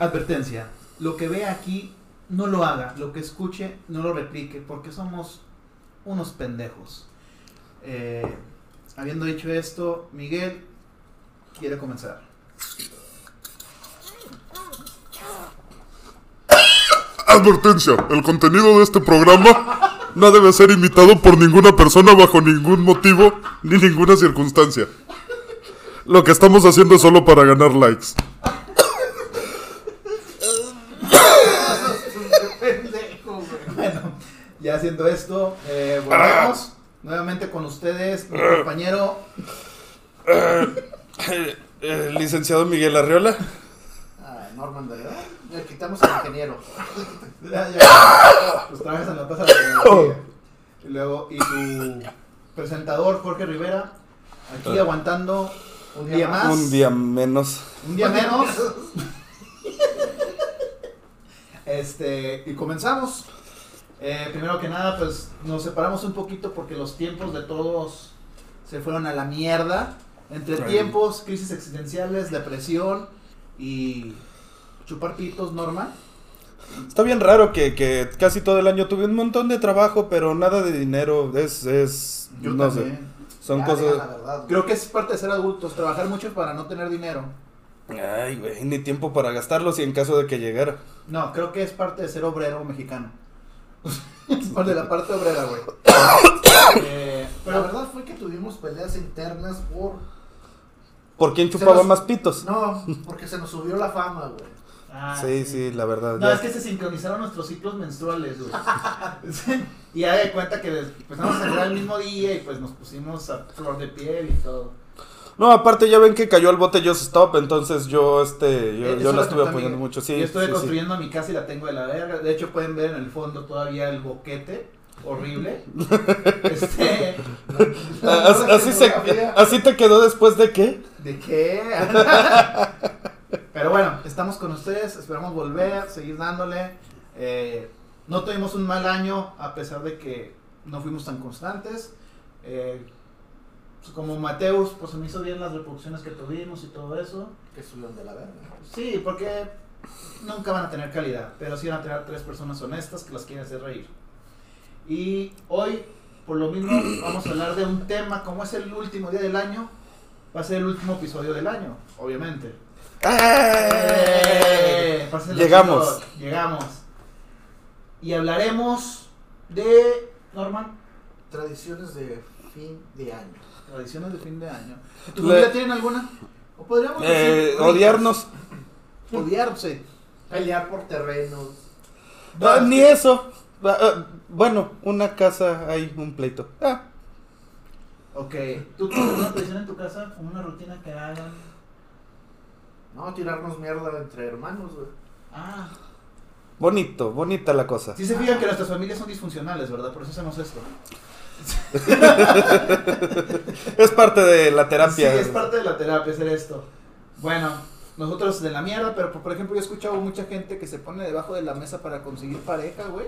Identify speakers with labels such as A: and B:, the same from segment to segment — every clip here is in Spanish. A: Advertencia. Lo que vea aquí, no lo haga. Lo que escuche, no lo replique. Porque somos unos pendejos. Eh, habiendo dicho esto, Miguel quiere comenzar.
B: Advertencia, el contenido de este programa no debe ser imitado por ninguna persona bajo ningún motivo ni ninguna circunstancia. Lo que estamos haciendo es solo para ganar likes.
A: Bueno, ya haciendo esto, eh, volvemos nuevamente con ustedes, mi compañero.
C: Eh, licenciado Miguel Arriola.
D: Ah, Norman, ¿verdad? Le quitamos al ingeniero.
A: Ya, ya, Pues Los trajes en la taza de la tecnología. Y luego, y tu presentador, Jorge Rivera, aquí aguantando un día más,
C: Un día menos.
A: un día menos. Este, y comenzamos. Eh, primero que nada, pues nos separamos un poquito porque los tiempos de todos se fueron a la mierda. Entre
C: Ay.
A: tiempos, crisis existenciales, depresión y chupar pitos normal.
C: Está bien raro que, que casi todo el año tuve un montón de trabajo, pero nada de dinero. Es, es, no sé. Son
D: Ya, digan La
C: cosas...
D: verdad,
A: Creo que es parte de ser adultos, trabajar mucho para no tener dinero.
C: Ay, güey, ni tiempo para gastarlos y en caso de que llegara.
A: No, creo que es parte de ser obrero mexicano. es parte de la parte obrera, güey. Eh,
D: güey. La
A: pero
D: verdad fue que tuvimos peleas internas por.
C: ¿Por quién chupaba
D: los-
C: más pitos?
D: No, porque se nos subió la fama, güey.
A: Ah,
C: sí, sí, la verdad.
A: No,
C: ya.
A: es que se sincronizaron nuestros ciclos menstruales, güey. Sí, y ya de cuenta que empezamos a celebrar el mismo día y pues nos pusimos a flor de piel y todo.
C: No, aparte ya ven que cayó al bote Just Stop, entonces yo este yo,
A: Eh,
C: yo
A: eso
C: la
A: le
C: estuve
A: tocó a
C: apoyando
A: mí.
C: mucho, sí.
A: Yo estuve
C: sí, sí.
A: construyendo mi casa y la tengo de la verga. De hecho, pueden ver en el fondo todavía el boquete horrible. este,
C: Ah, as- Así, se- así te quedó después de qué?
A: ¿De qué? Pero bueno, estamos con ustedes, esperamos volver, seguir dándole. Eh, no tuvimos un mal año a pesar de que no fuimos tan constantes. Eh, pues, como Mateus, pues se me hizo bien las reproducciones que tuvimos y todo eso.
D: Que subieron de la verga.
A: Sí, porque nunca van a tener calidad, pero sí van a tener tres personas honestas que las quieren hacer reír. Y hoy, por lo mismo, vamos a hablar de un tema, como es el último día del año, va a ser el último episodio del año, obviamente.
C: ¡Eh!
A: ¡Eh! Pásenla
C: Llegamos.
A: chido, Llegamos. Y hablaremos de, Norman,
D: Tradiciones de fin de año.
A: tradiciones de fin de año. ¿Tu
C: Le-
A: familia tienen alguna? ¿O podríamos
C: Eh,
A: decir,
C: odiarnos.
A: Odiarse.
D: Pelear por terrenos.
C: Ah, ni eso. Ah, ah, bueno, una casa hay un pleito. Ah,
A: Ok, ¿tú tienes una tradición en tu casa? ¿Como una rutina que hagan?
D: No, tirarnos mierda entre hermanos, güey.
A: Ah,
C: bonito, bonita la cosa.
A: sí se fijan que nuestras familias son disfuncionales, ¿verdad? Por eso hacemos esto.
C: Es parte de la terapia.
A: Sí, es parte de la terapia hacer esto. Bueno, nosotros de la mierda, pero por, por ejemplo yo he escuchado mucha gente que se pone debajo de la mesa para conseguir pareja, güey.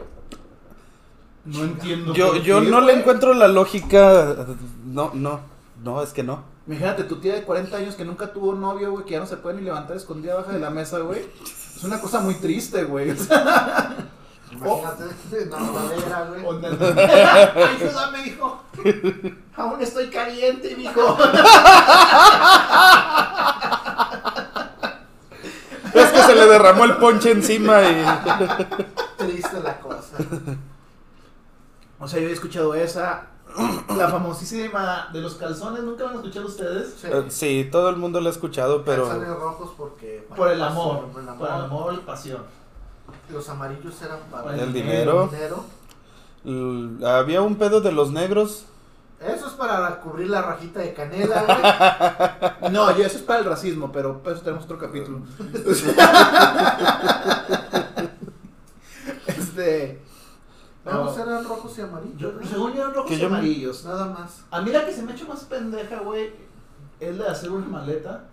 A: No entiendo.
C: Yo,
A: por
C: yo
A: qué,
C: no le
A: güey.
C: encuentro la lógica. No, no, no, es que no.
A: Imagínate, tu tía de 40 años que nunca tuvo novio, güey, que ya no se puede ni levantar escondida debajo de la mesa, güey. Es una cosa muy triste, güey. O sea,
C: Oh.
D: Imagínate, en la madera, güey.
A: onda- Ayúdame, hijo. Aún estoy caliente, hijo.
C: Es que se le derramó el ponche encima y.
D: Triste la cosa.
A: O sea, yo he escuchado esa. La famosísima de los calzones, ¿nunca van a escuchar ustedes?
D: Sí.
C: Eh, Sí, todo el mundo lo ha escuchado, pero.
D: Calzones rojos porque.
A: Por el amor,
D: Por el
A: por
D: amor.
A: el amor y pasión.
D: Los amarillos eran para
A: Para
C: el dinero.
D: dinero.
C: l- Había un pedo de los negros.
D: Eso es para cubrir la rajita de canela,
A: No, yo, eso es para el racismo, pero para eso tenemos otro capítulo. este.
D: güey. No, pues eran rojos y amarillos.
A: yo-
D: ¿no?
A: según yo eran rojos
C: Que
A: y
C: yo me-
A: amarillos.
D: Nada más.
A: A mí la que se me ha hecho más pendeja, güey, es la de hacer una maleta.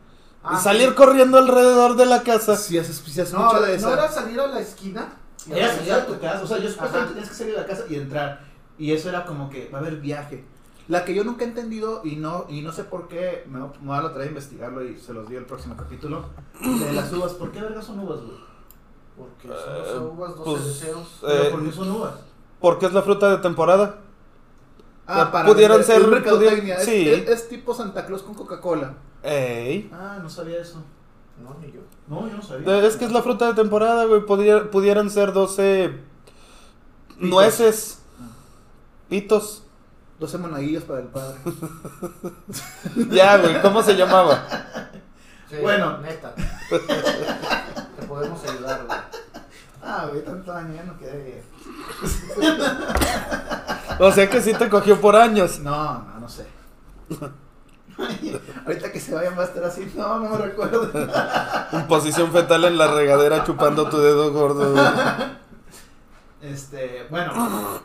D: Ah,
C: y salir
D: sí.
C: corriendo alrededor de la casa.
A: Si has, si has
D: Ah, No,
A: escuchado de
D: no
A: esa.
D: era salir a la esquina.
A: Era salir a tu casa, o sea, yo
D: Ajá.
A: supuestamente tenías que salir de la casa y entrar. Y eso era como que va a haber viaje. La que yo nunca he entendido y no, y no sé por qué, me, va- me va a la tarea de investigarlo y se los di el próximo capítulo, de las uvas. ¿Por qué verga son uvas, güey?
D: Porque son las uvas, 12
C: pues,
D: deseos.
A: Pero
C: Eh,
A: ¿Por qué son uvas?
C: porque es la fruta de temporada.
A: Ah, para
C: pudieron
A: vender, es
C: ser-
A: mercadotecnia,
C: pudieron-
A: es-
C: sí.
A: es, es tipo Santa Claus con Coca-Cola.
C: Ey.
A: Ah, no sabía eso.
D: No, ni yo.
A: No, yo no sabía.
C: Eh, Es que es la fruta de temporada, güey. Podría- pudieran ser 12
A: Pitos.
C: nueces. Pitos.
A: 12 monaguillos para el padre.
C: Ya, güey. ¿Cómo se llamaba?
D: Sí,
A: Bueno.
D: Neta. Te podemos ayudar, güey.
A: ah, güey, tanto año ya no quedé bien.
C: O sea que sí te cogió por años.
A: No, no, no sé. Ahorita que se vayan va a estar así. No, no me recuerdo.
C: En posición fetal en la regadera chupando tu dedo gordo, güey.
A: Este, bueno,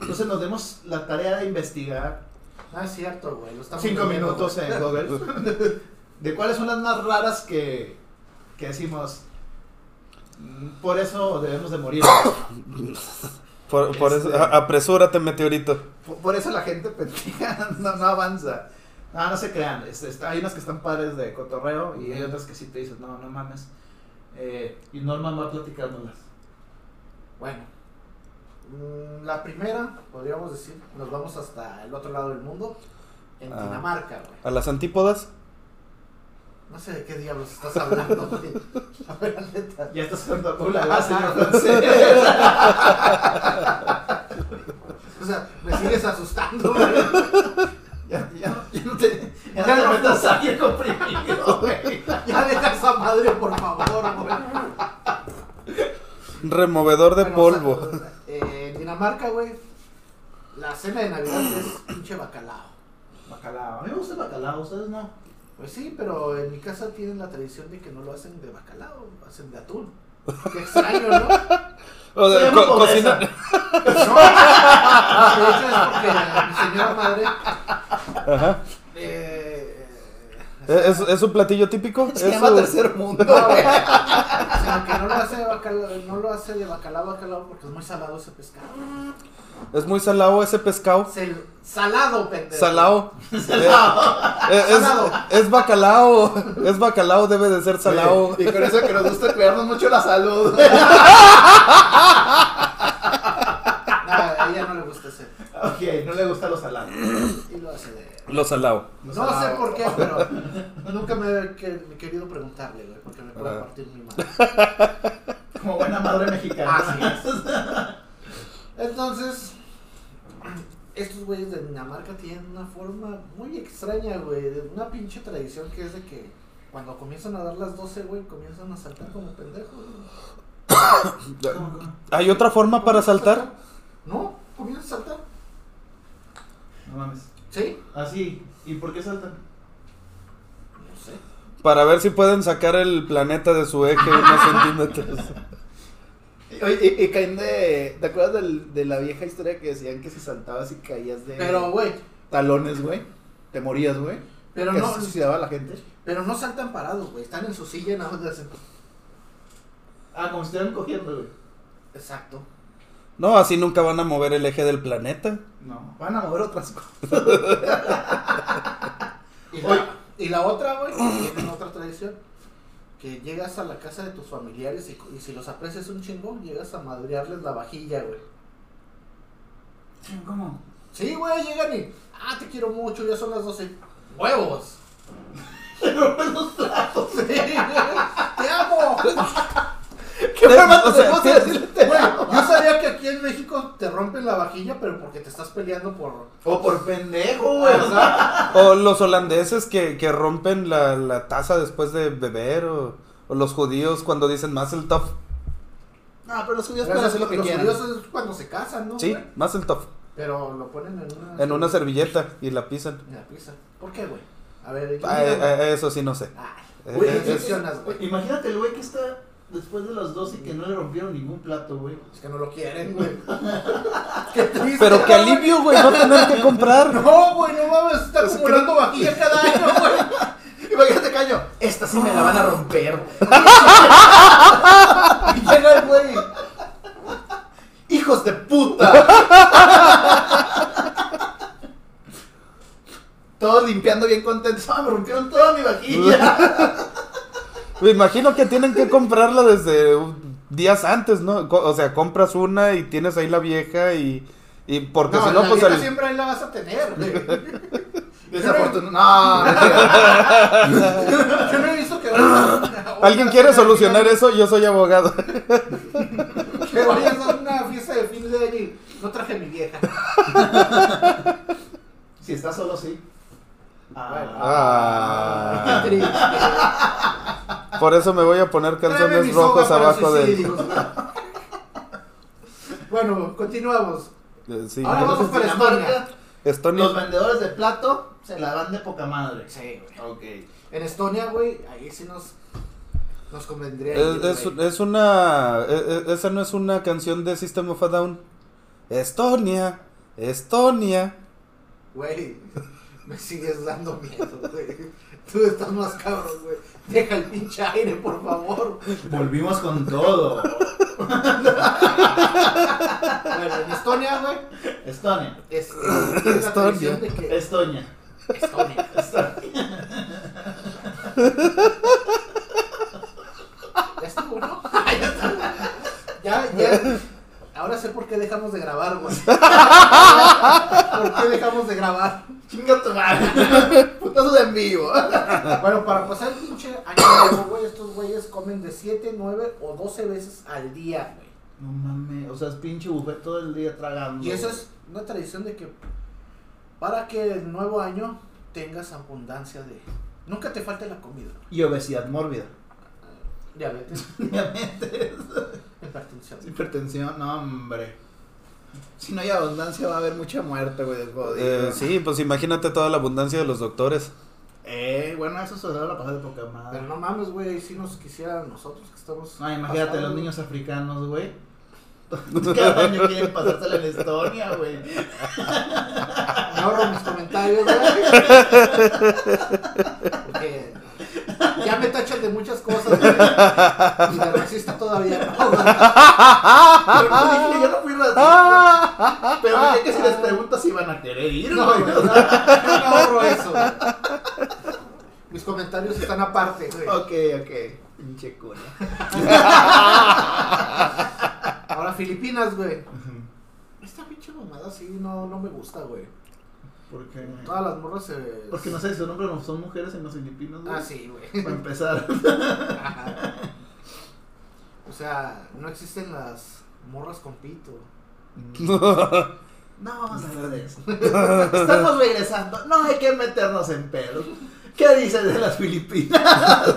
A: entonces nos demos la tarea de investigar
D: No es cierto, güey. Lo estamos
A: cinco
D: viendo,
A: minutos
D: güey.
A: en Google de cuáles son las más raras que, que decimos. "Mm, Por eso debemos de morir.
C: Por, por eso,
A: Este-
C: a- apresúrate, meteorito.
A: Por, por eso la gente pendeja no, no avanza. No, no se crean. este, está- hay unas que están padres de cotorreo y hay otras que sí te dices, no, no mames. Eh, y Norman va a platicárnoslas.
D: Bueno. Mm, La primera, podríamos decir, nos vamos hasta el otro lado del mundo. En
C: Ah.
D: Dinamarca, güey.
C: A las antípodas.
D: No sé de qué diablos estás hablando, güey. La verdad, neta.
A: Ya estás hablando con la ah, señor francés.
D: O sea, me sigues asustando, güey.
A: Ya, ya, ya no te, ya
D: Ya
A: no te
D: no.
A: metas aire comprimido, güey.
D: Ya deja esa madre, por favor, güey.
C: Removedor de
D: Bueno,
C: polvo.
D: o sea, eh, en Dinamarca, güey, la cena de Navidad es pinche bacalao.
A: Bacalao. A mí me gusta el bacalao, ustedes no.
D: Pues sí, pero en mi casa tienen la tradición de que no lo hacen de bacalao, lo hacen de atún. Qué extraño, ¿no?
C: O sea,
A: Se llama
C: co-
A: pobreza.
C: cocina-
D: No, de hecho es porque mi señora madre
C: Ajá.
D: eh,
C: ¿Es, es un platillo típico?
A: Se
C: ¿Es
A: llama
C: su-
A: tercer mundo.
D: no, güey, sino que no lo hace de bacalao, no lo hace de bacalao, bacalao porque es muy salado ese pescado.
C: es muy salado ese pescado.
D: Sel- salado, pendejo.
C: Salao. Eh, eh,
D: Salado.
C: es, es bacalao. Es bacalao, debe de ser salao.
A: Y con eso que nos gusta cuidarnos mucho la salud.
D: No, a ella no le gusta ese.
A: ok, no le gusta los salados.
D: Y lo hace de
C: Lo salao.
A: Los
D: No sé
A: salados.
D: por qué, pero nunca me he que- me he querido preguntarle, güey, porque me puede
C: Ah.
D: partir mi madre.
A: Como buena madre mexicana.
D: Así Entonces, estos güeyes de Dinamarca tienen una forma muy extraña, güey, de una pinche tradición que es de que cuando comienzan a dar las 12, güey, comienzan a saltar como pendejos. güey.
C: ¿Hay otra forma para saltar?
D: No, comienzan a saltar.
A: No mames.
D: Sí,
A: Así. ¿Y por qué saltan?
D: no sé.
C: Para ver si pueden sacar el planeta de su eje unos centímetros.
A: Oye, y, y caen de. ¿Te acuerdas del- de la vieja historia que decían que si saltabas y caías de
D: Pero, güey,
A: talones, güey? Te morías, güey.
D: pero
A: que
D: no,
A: se suicidaba la gente.
D: pero no saltan parados, güey, están en su silla y nada más le hacen-
A: Ah, como si estuvieran cogiendo, güey.
D: Exacto.
C: No, así nunca van a mover el eje del planeta.
A: No. Van a mover otras cosas.
D: Y
A: Oye.
D: la, y la otra, güey, que tienen otra tradición. Que llegas a la casa de tus familiares y, co- y si los aprecias un chingón, llegas a madrearles la vajilla, güey.
A: ¿Cómo?
D: Sí, güey, llegan y. Ah, te quiero mucho, ya son las 12. ¡Huevos! ¡Te los platos! ¡Sí, güey! ¡Te amo!
A: ¿Qué
C: Te-
A: forma
C: o
A: te
C: sea,
A: gusta
C: tienes-
A: decirle te amo?
D: Yo sabía que aquí en México te rompen la vajilla, pero porque te estás peleando por.
A: O por pendejo, güey. o sea,
C: O los holandeses que, que rompen la, la taza después de beber. O, o los judíos cuando dicen el tough.
A: No, pero los judíos pueden
D: Pero eso-
A: hacer lo que
D: los
A: quieran.
D: judíos es cuando se casan, ¿no?
C: Sí,
D: güey?
C: el tough.
D: Pero lo ponen en una.
C: En una servilleta y la pisan.
D: En la pizza. ¿Por qué, güey? A ver, ilumíname.
C: Ah, eh, eh, eso sí no sé.
D: Ay,
C: Eh,
D: güey,
C: eh,
D: ¿qué
C: es-
D: mencionas, güey?
A: Imagínate el güey que está después de las 12 y que no le rompieron ningún plato, güey.
D: Es que no lo quieren, güey. Qué triste.
C: Pero qué alivio, güey, no tener que comprar.
D: No, güey, no mames, está acumulando vajilla cada año, güey.
A: Imagínate, caño. Esta sí me la van a romper.
D: Y llega el güey.
A: ¡Hijos de puta! ando bien contento. Ah, me rompieron toda mi vajilla.
C: Me imagino que tienen que comprarla desde días antes, ¿no? Co- O sea, compras una y tienes ahí la vieja y. y porque
A: no,
C: si no,
A: la
C: pues
A: vida
C: el-
A: siempre ahí la vas a tener, güey. Desafortun- No, mentira.
D: Yo no he visto que vayas
C: Ah, ¿Alguien quiere solucionar eso? Yo soy abogado.
D: Que vayas a una fiesta de fin de año y no traje a mi vieja.
A: Si estás solo, sí. Ah,
C: Ah.
D: Qué triste.
C: Por eso me voy a poner
D: Tráeme mi
C: calzones
D: soga
C: rojos
D: para
C: abajo del.
D: suicidios, güey. Bueno, continuamos.
C: eh, Sí.
D: Ahora vamos para Estonia.
C: Estonia.
A: Ah, Los vendedores de plato se la dan de poca madre.
D: Sí, güey.
A: Ok.
D: En Estonia, güey, ahí sí nos, nos convendría. ir,
C: Es, es-
D: güey.
C: es una. e- e- esa no es una canción de System of a Down. Estonia. Estonia.
D: Güey, me sigues dando miedo, güey. Tú estás más cabrón, güey. Deja el pinche aire, por favor.
A: Volvimos con todo.
D: Bueno, en Estonia, güey,
A: Estonia.
D: es, es la
C: Estonia.
D: tradición de que
A: Estonia.
D: Estonia. ¿Ya estuvo, no? Ya estuvo. Ya, ya. Ahora sé por qué dejamos de grabar, güey. ¿Por qué dejamos de grabar?
A: Chinga tu madre. Putazo de en vivo.
D: Bueno, para pasar el pinche año nuevo, güey, estos güeyes comen de 7, 9 o 12 veces al día, güey.
A: No mames. O sea, es pinche buffet todo el día tragando.
D: Y eso es una tradición de que para que el nuevo año tengas abundancia de... Nunca te falte la comida.
A: Y obesidad mórbida.
D: Diabetes,
A: Diabetes.
D: hipertensión.
A: Hipertensión, no, hombre. Si no hay abundancia va a haber mucha muerte, güey, del jodido.
C: Eh, sí, pues imagínate toda la abundancia de los doctores.
A: Eh, bueno, eso se da la pasada de poca madre.
D: Pero no mames, güey, ahí sí nos quisieran nosotros que estamos...
A: No, imagínate,
D: pasados,
A: los
D: güey.
A: niños africanos, güey. Cada año quieren pasársela en Estonia, güey.
D: Me ahorro mis comentarios, güey. Porque ya me tachan de muchas cosas, güey. Y de racista todavía no, güey.
A: Pero no dije, yo no fui racista. Pero dije que si les preguntas si van a querer ir,
D: No,
A: güey.
D: güey, no, no, no ahorro eso. güey. Mis comentarios están aparte, güey.
A: Ok, ok. Pinche cura.
D: Ahora Filipinas, güey. Esta pinche mamada sí no, no me gusta, güey.
A: Porque,
D: Todas las morras se...
A: porque no sé, su nombre no son mujeres en los Filipinos, güey.
D: Ah, sí, güey.
A: Para empezar.
D: Ajá. O sea, no existen las morras con pito.
A: Mm. No vamos a hablar de eso. Estamos regresando. No hay que meternos en pedos. ¿Qué dices de las Filipinas?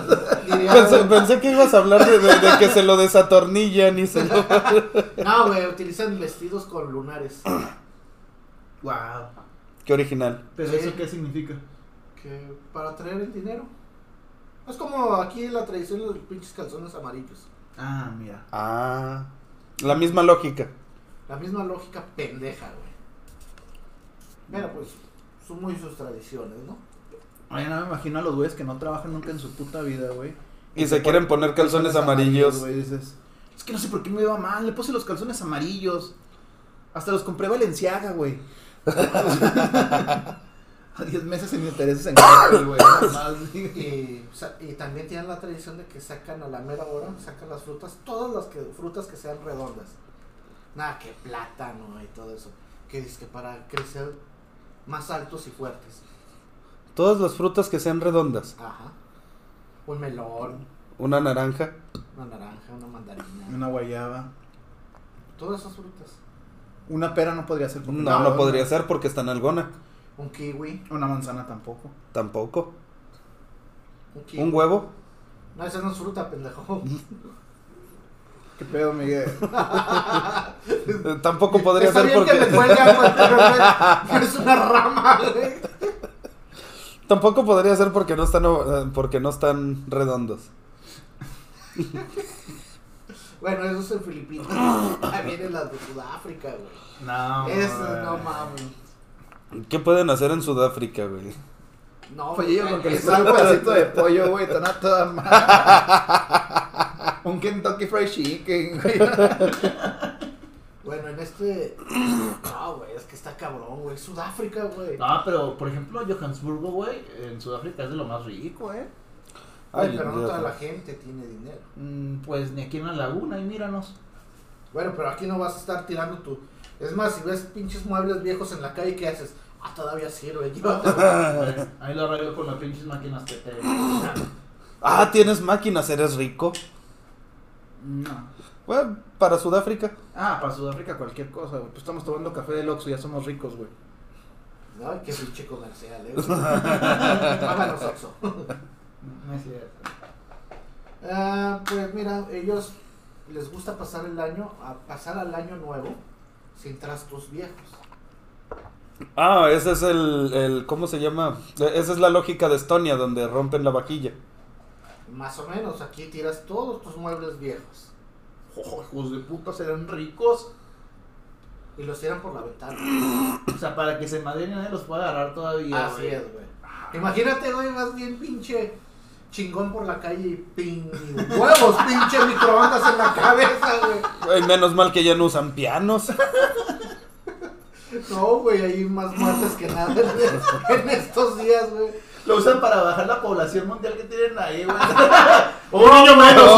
D: Diría,
C: Pensé, pensé que ibas a hablar de, de- de que se lo desatornillan y se lo...
D: No, güey, utilizan vestidos con lunares.
A: Wow.
C: Qué original.
A: ¿Pero
D: Sí.
A: eso qué significa?
D: Que para traer el dinero. Es como aquí la tradición de los pinches calzones amarillos.
A: Ah, mira.
C: Ah. La misma lógica.
D: La misma lógica pendeja, güey. Pero pues, son muy sus tradiciones, ¿no?
A: Ay, no me imagino a los güeyes que no trabajan nunca en su puta vida, güey.
C: Y se quieren poner calzones amarillos.
A: Güey, dices, es que no sé por qué me iba mal. Le puse los calzones amarillos. Hasta los compré Valenciaga, güey. a 10 meses sin intereses en Coppel, güey. nada más, digo.
D: Y, sa- y también tienen la tradición de que sacan a la mera hora, sacan las frutas, todas las que, frutas que sean redondas. Nada, que plátano y todo eso. Que dice que para crecer más altos y fuertes.
C: Todas las frutas que sean redondas.
D: Ajá. Un melón,
C: Una naranja.
D: una naranja, una mandarina.
A: Una guayaba.
D: Todas esas frutas.
A: Una pera no podría ser. porque
C: No,
A: no,
C: no podría ser porque está en algona.
D: Un kiwi.
A: Una manzana tampoco.
C: Tampoco.
D: Un kiwi.
C: Un huevo.
D: No, esa no es fruta, pendejo.
A: ¿Qué pedo, Miguel?
C: Eh, Tampoco podría
D: Está
C: ser
D: bien que me
C: porque...
D: cuelga, güey, pero no es, no es una rama, güey.
C: Tampoco podría ser porque no están, eh, porque no están redondos.
D: Bueno, eso es en Filipinas. También en las de Sudáfrica, güey.
A: Ah, No.
D: Eso no mames.
C: ¿Qué pueden hacer en Sudáfrica, güey?
D: No,
A: Pollillo con que le
D: eso-
A: sale un pedacito de pollo, güey, tan a toda madre. Un Kentucky Fried Chicken, güey.
D: Bueno, en este. No, güey, es que está cabrón, güey. Sudáfrica, güey.
E: Ah,
A: No, pero por ejemplo, Johannesburgo, güey, en Sudáfrica es de lo más rico, ¿eh?
C: Ay,
D: Güey, pero no
C: Dios.
D: toda la gente tiene dinero.
A: Mm, pues ni aquí en la laguna, y míranos.
D: Bueno, pero aquí no vas a estar tirando tu. Es más, si ves pinches muebles viejos en la calle, ¿qué haces? Ah, todavía sirve. llévatelo.
A: Eh, Ahí lo arreglo con las pinches máquinas que te.
C: Ah, tienes máquinas, eres rico.
A: No.
C: Bueno, para Sudáfrica.
A: Ah, para Sudáfrica cualquier cosa, güey. Pues estamos tomando café del Oxxo, ya somos ricos, güey.
D: No, qué pinche comercial, eh. güey. Vámonos, Oxxo.
A: No es cierto.
D: Ah, pues mira, ellos les gusta pasar el año, a pasar al año nuevo sin trastos viejos.
C: Ah, ese es el, el- ¿Cómo se llama? E- Esa es la lógica de Estonia, donde rompen la vajilla.
D: Más o menos, aquí tiras todos tus muebles viejos
A: Ojo, hijos de puta, serán ricos.
D: y los tiran por la ventana.
A: O sea, para que se madren nadie los pueda agarrar todavía,
D: Así
A: güey.
D: es, güey. Imagínate, güey, vas bien pinche chingón por la calle y pin huevos, pinche microondas en la cabeza, güey.
C: Ay, menos mal que ya no usan pianos.
D: No, güey, hay más muertes que nada en, en estos días, güey.
A: Lo usan para bajar la población mundial que tienen ahí, güey.
B: ¡Un niño menos!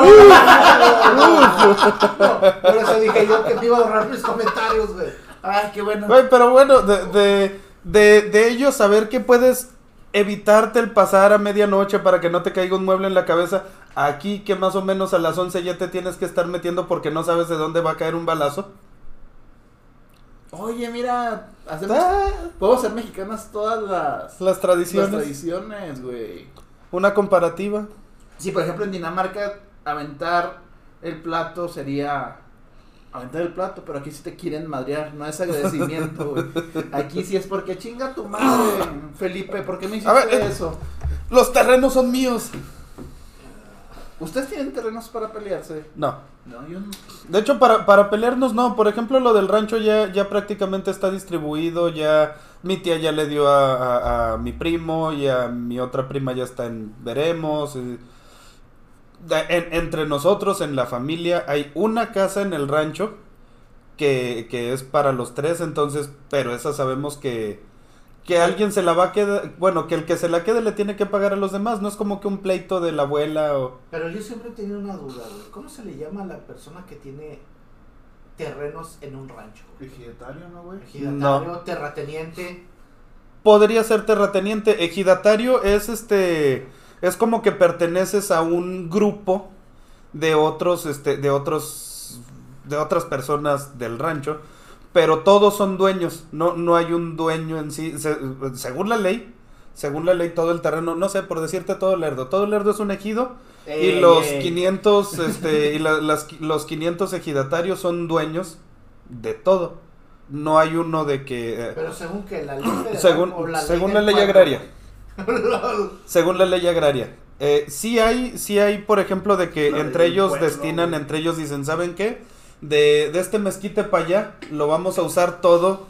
C: ¡Ay!
D: No, por eso dije yo que me iba a ahorrar mis comentarios, güey.
A: Ay, qué bueno.
C: Güey, pero bueno, de, de, de, de ello saber que puedes evitarte el pasar a medianoche para que no te caiga un mueble en la cabeza. Aquí que más o menos a las 11 ya te tienes que estar metiendo porque no sabes de dónde va a caer un balazo.
A: Oye, mira, hacemos...
C: Ah,
A: podemos ser mexicanas todas las,
C: Las
A: las
C: tradiciones.
A: tradiciones, güey.
C: Una comparativa.
A: Si, por ejemplo, en Dinamarca aventar el plato sería aventar el plato, pero aquí sí te quieren madrear, no es agradecimiento, güey. Aquí sí es porque chinga tu madre, Felipe, ¿por qué me hiciste
C: A ver, eh.
A: eso?
C: Los terrenos son míos.
A: ¿Ustedes tienen terrenos para pelearse?
C: No.
A: No, yo no.
C: De hecho, para, para pelearnos, no. Por ejemplo, lo del rancho ya, ya prácticamente está distribuido. Ya mi tía ya le dio a, a- a mi primo y a mi otra prima ya está en veremos. y- da- en- entre nosotros, en la familia, hay una casa en el rancho que, que es para los tres. Entonces, pero esa sabemos que, que alguien se la va a quedar. Bueno, que el que se la quede le tiene que pagar a los demás. No es como que un pleito de la abuela o.
D: Pero yo siempre he tenido una duda, güey. ¿Cómo se le llama a la persona que tiene terrenos en un rancho? güey?
A: Ejidatario, ¿no, güey?
D: Ejidatario, terrateniente.
C: podría ser terrateniente. Ejidatario es este. Es como que perteneces a un grupo de otros, este, de otros. de otras personas del rancho. Pero todos son dueños. No, no hay un dueño en sí. Se- según la ley. Según la ley, todo el terreno, no sé, por decirte todo el erdo. Todo el erdo es un ejido y
D: Eh,
A: Ey,
C: los
A: ey.
C: 500, este, y la- las, qui- los 500 ejidatarios son dueños de todo. No hay uno de que... eh,
D: Pero según que la ley federal
C: según,
D: o
C: la,
D: la
C: según
D: ley
C: la
D: del
C: ley
D: pueblo.
C: agraria. Según la ley agraria. Eh, sí hay, sí hay, por ejemplo, de que
A: La
C: entre
A: ley del
C: ellos
A: pueblo,
C: destinan,
A: güey.
C: entre ellos dicen, ¿saben qué? De, de este mezquite para allá lo vamos a usar todo.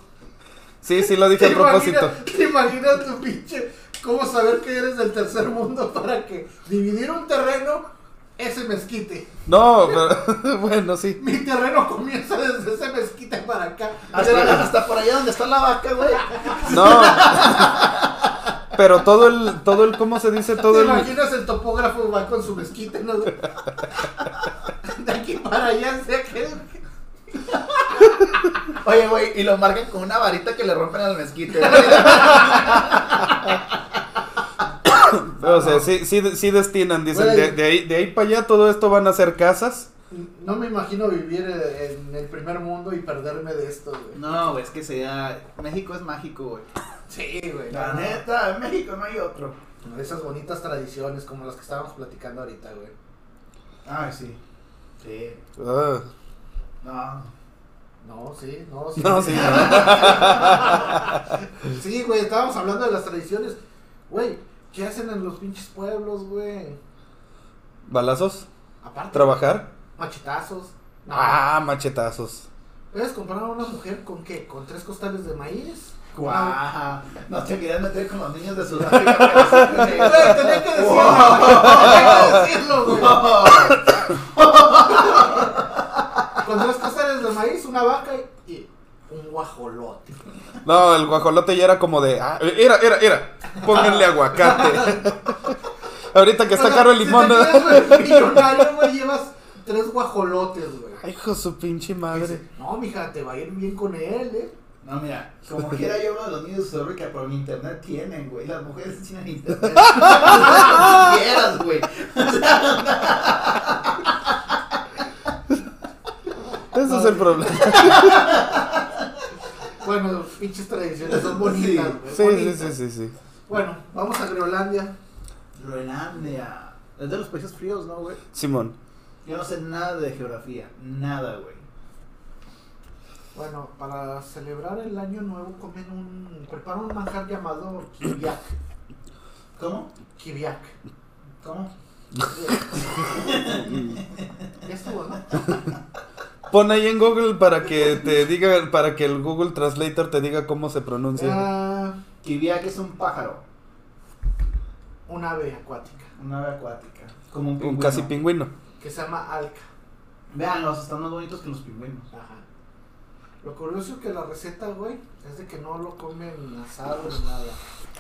C: Sí, sí lo dije a propósito.
D: Imaginas, ¿Te imaginas tu pinche cómo saber que eres del tercer mundo para que dividir un terreno ese mezquite?
C: No, pero- bueno, sí.
D: Mi terreno comienza desde ese mezquite para acá.
C: Ah,
A: Hasta, hasta por allá donde está la vaca, güey.
C: No. Pero todo el, todo el, ¿cómo se dice? Todo
D: ¿Te
C: el...
D: imaginas el topógrafo va con su mezquite? no? De aquí para allá, se que...
A: Oye, güey, y lo marcan con una varita que le rompen al mezquite. güey.
C: O sea, sí, sí, sí destinan, dicen, de, de ahí, de ahí para allá todo esto van a ser casas.
D: No me imagino vivir eh, en el primer mundo y perderme de esto, güey.
A: No, güey, es que sea. México es mágico, güey.
D: Sí, güey.
A: La
D: no.
A: neta, en México no hay otro.
D: De esas bonitas tradiciones como las que estábamos platicando ahorita, güey.
A: Ay, sí.
D: Sí.
C: Ah,
A: No.
D: No, sí, no, sí.
C: no, sí, no.
D: Sí, güey, estábamos hablando de las tradiciones. Güey, ¿qué hacen en los pinches pueblos, güey?
C: ¿Balazos?
D: Aparte,
C: ¿Trabajar?
D: machetazos. No.
C: Ah, machetazos.
D: ¿Puedes comprar a una mujer con qué? ¿Con tres costales de maíz? Ah,
A: Guau, no te querías meter con los niños de Sudáfrica. pero sí, güey.
D: Güey, tenía que decirlo, güey, tenía que decirlo, güey. Con tres costales de maíz, una vaca y- y un guajolote.
C: No, el guajolote ya era como de. ah, era, era, era. Pónganle aguacate. Ahorita que está
D: O sea,
C: caro el limón.
D: Si
C: ¿no?
D: te quieres re- millonario, güey, llevas tres guajolotes, güey.
C: Ay, hijo de su pinche madre.
D: Dice, No, mija, te va a ir bien con él, eh.
A: No, mira, como quiera yo hablo de los niños de Sudáfrica, pero en internet tienen, güey. Las mujeres tienen internet. Como quieras, güey.
C: Ese es el problema.
D: Bueno, los pinches tradiciones son bonitas, güey.
C: Sí, sí,
D: bonitas.
C: sí, sí, sí.
D: Bueno, vamos a Groenlandia.
A: Groenlandia. Es de los países fríos, ¿no, güey?
C: Simón.
A: Yo no sé nada de geografía. Nada, güey.
D: Bueno, para celebrar el año nuevo comen un... preparan un manjar llamado kiviak.
A: ¿Cómo?
D: Kiviak.
A: ¿Cómo?
D: Ya estuvo, ¿no?
C: Pon ahí en Google para que te diga, para que el Google Translator te diga cómo se pronuncia.
D: Ah,
A: Kiviak es un pájaro.
D: un ave acuática
A: Una ave acuática. Como un
C: Un
A: pingüino.
C: casi pingüino.
D: que se llama alca.
A: Veanlos, están más bonitos que los pingüinos.
D: Ajá. Lo curioso es que la receta, güey, es de que no lo comen asado ni nada.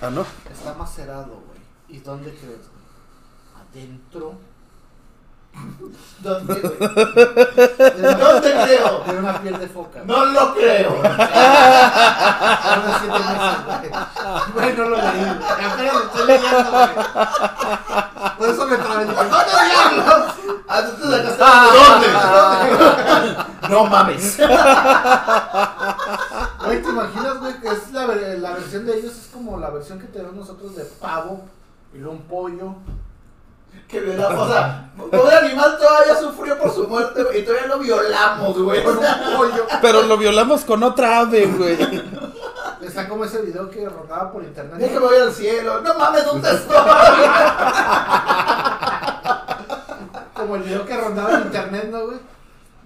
C: Ah, no.
D: Está macerado, güey. ¿Y dónde crees? güey? Adentro
A: ¿Dónde, güey?
D: de
A: ¡No te creo!
D: una, de una piel de foca. güey.
A: ¡No lo creo!
D: Ahora sí te meses, güey. Güey, no lo leí. güey. Apenas lo estoy leyendo, güey. Por eso me trabé. dije,
A: ¡No diablos! ¿A tú te sacaste de dónde? ¡No mames!
D: Güey, ¿te imaginas, güey? Que es la, ver- la versión de ellos es como la versión que tenemos nosotros de pavo y luego un pollo.
A: Que violamos, o sea, pobre animal todavía sufrió por su muerte, güey, y todavía lo violamos, güey.
D: Con un pollo.
C: Pero lo violamos con otra ave, güey.
D: Está como ese video que rondaba por internet.
A: Déjame voy al cielo. ¡No mames, dónde estoy!
D: Como el video que rondaba en internet, ¿no, güey?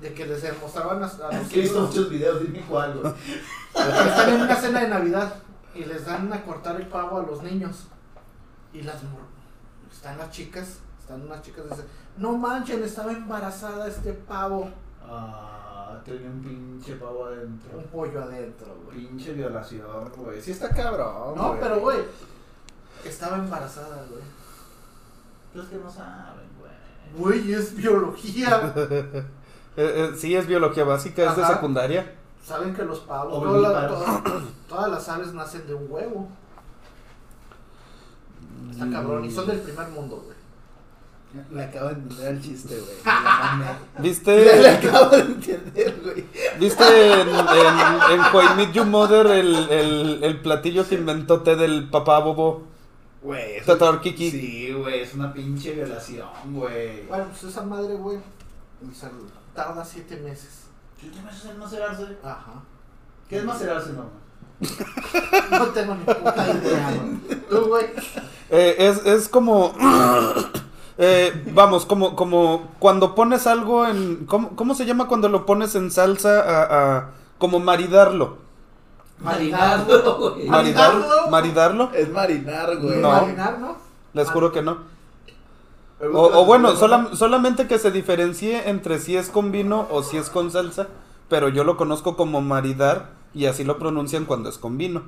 D: De que les mostraban a, a los
A: Es que he visto
D: hijos
A: muchos videos, dime cuál, güey.
D: que están en una cena de Navidad y les dan a cortar el pavo a los niños. Y las mor- están las chicas, están unas chicas dicen, no manchen, estaba embarazada este pavo.
A: Ah, tenía un pinche pavo adentro.
D: Un pollo adentro, güey.
A: Pinche violación, güey. Sí está cabrón,
D: No, pero güey, estaba embarazada, güey.
A: Los que no saben, güey.
D: Güey, es biología.
C: Eh, eh, sí, es biología básica, es de
D: Ajá.
C: secundaria.
D: Saben que los pavos,
A: Ovíparos.
D: todas las- todas las aves nacen de un huevo. Está
A: Mm.
D: cabrón, y son del primer mundo, güey.
A: Le acabo de entender el chiste, güey. La mamé. Le
C: ¿Viste,
A: acabo de entender, güey.
C: ¿viste en, en, en How I Met Your Mother el, el, el platillo que inventó Ted del papá bobo?
A: Güey, es-
C: Tataor Kiki.
A: Sí, güey, es una pinche violación, güey.
D: Bueno, pues esa madre, güey, me sal- tarda siete meses.
A: ¿Qué te vas a hacer macerarse?
D: Ajá.
A: ¿Qué es macerarse, no?
D: No tengo ni puta idea, güey. Tú, güey.
C: Eh, es, es como. eh, vamos, como, como cuando pones algo en. ¿cómo, cómo se llama cuando lo pones en salsa a. a- como maridarlo?
A: Marinarlo, güey.
C: Maridar-
D: Eh, ¿Maridarlo?
C: ¿Maridarlo?
A: Es marinar, güey.
C: No.
D: Marinar, ¿no?
C: Les juro que no.
A: Me gusta
C: O,
A: la
C: o bueno,
A: cerveza.
C: solam- solamente que se diferencie entre si es con vino o si es con salsa. Pero yo lo conozco como maridar y así lo pronuncian cuando es con vino.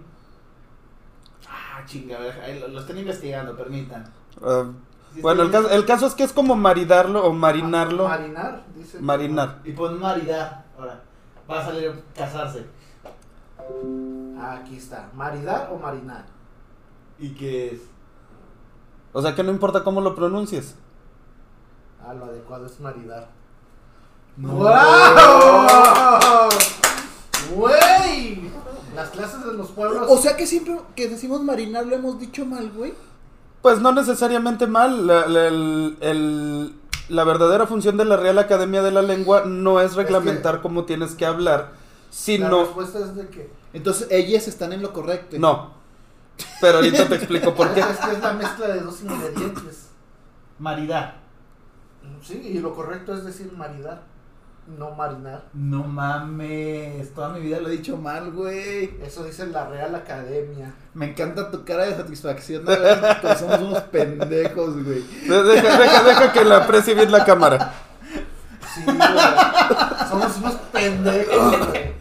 A: Ah, chinga, a ver, ahí lo, lo están investigando, permitan.
C: Ah,
A: Sí,
C: bueno, el
A: está
C: caso, el caso es que es como maridarlo o marinarlo.
D: Ah, Marinar, dice.
C: Marinar.
A: bien. Y pon maridar, ahora. Va a salir a casarse.
D: Ah, aquí está. Maridar o marinar.
A: ¿Y qué es?
C: O sea que no importa cómo lo pronuncies.
D: Ah, lo adecuado es maridar.
A: No.
D: ¡Wow! ¡Güey! Las clases de los pueblos.
E: O sea que siempre que decimos marinar lo hemos dicho mal, güey.
C: Pues no necesariamente mal. La, la- el- el- la verdadera función de la Real Academia de la Lengua no es reglamentar cómo tienes que
D: la
C: hablar, sino...
D: respuesta es de que
E: Entonces ellas están en lo correcto.
C: No. Pero ahorita te explico por qué.
D: es que es la mezcla de dos ingredientes.
A: Maridar.
D: Sí, y lo correcto es decir maridar, no marinar.
A: No mames, toda mi vida lo he dicho mal, güey.
D: Eso dice la Real Academia.
E: Me encanta tu cara de satisfacción de ver que somos unos pendejos, güey.
C: De- Deja, deja, deja que la aprecie bien la cámara.
D: Sí, güey. Somos unos pendejos, güey.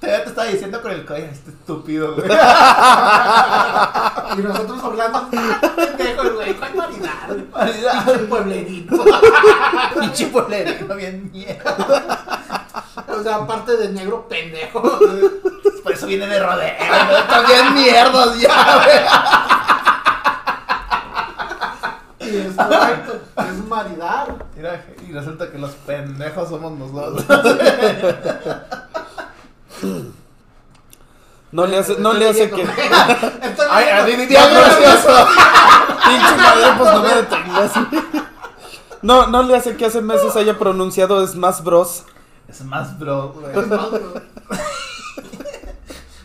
A: Todavía te estaba diciendo con el coño, este estúpido, güey.
D: Y nosotros hablando, pendejos, güey, ¿cuál variedad?
A: Maldita-
D: El pueblerito.
A: Pinche polero, bien mierda.
D: O sea, aparte de negro pendejo.
A: Por eso viene de rodeo. güey. Están bien mierdas ya, güey.
D: Y es correcto, es maridar.
A: Mira, y resulta que los pendejos somos nosotros.
C: No le hace, no le hace que. Pinche
D: Entonces,
A: Ay,
D: bueno,
A: adivina, gracioso.
C: madre, pues no me detengas. No, no le hace que hace meses haya pronunciado Smash Bros.
A: Es más, bro, güey.
D: es más, güey.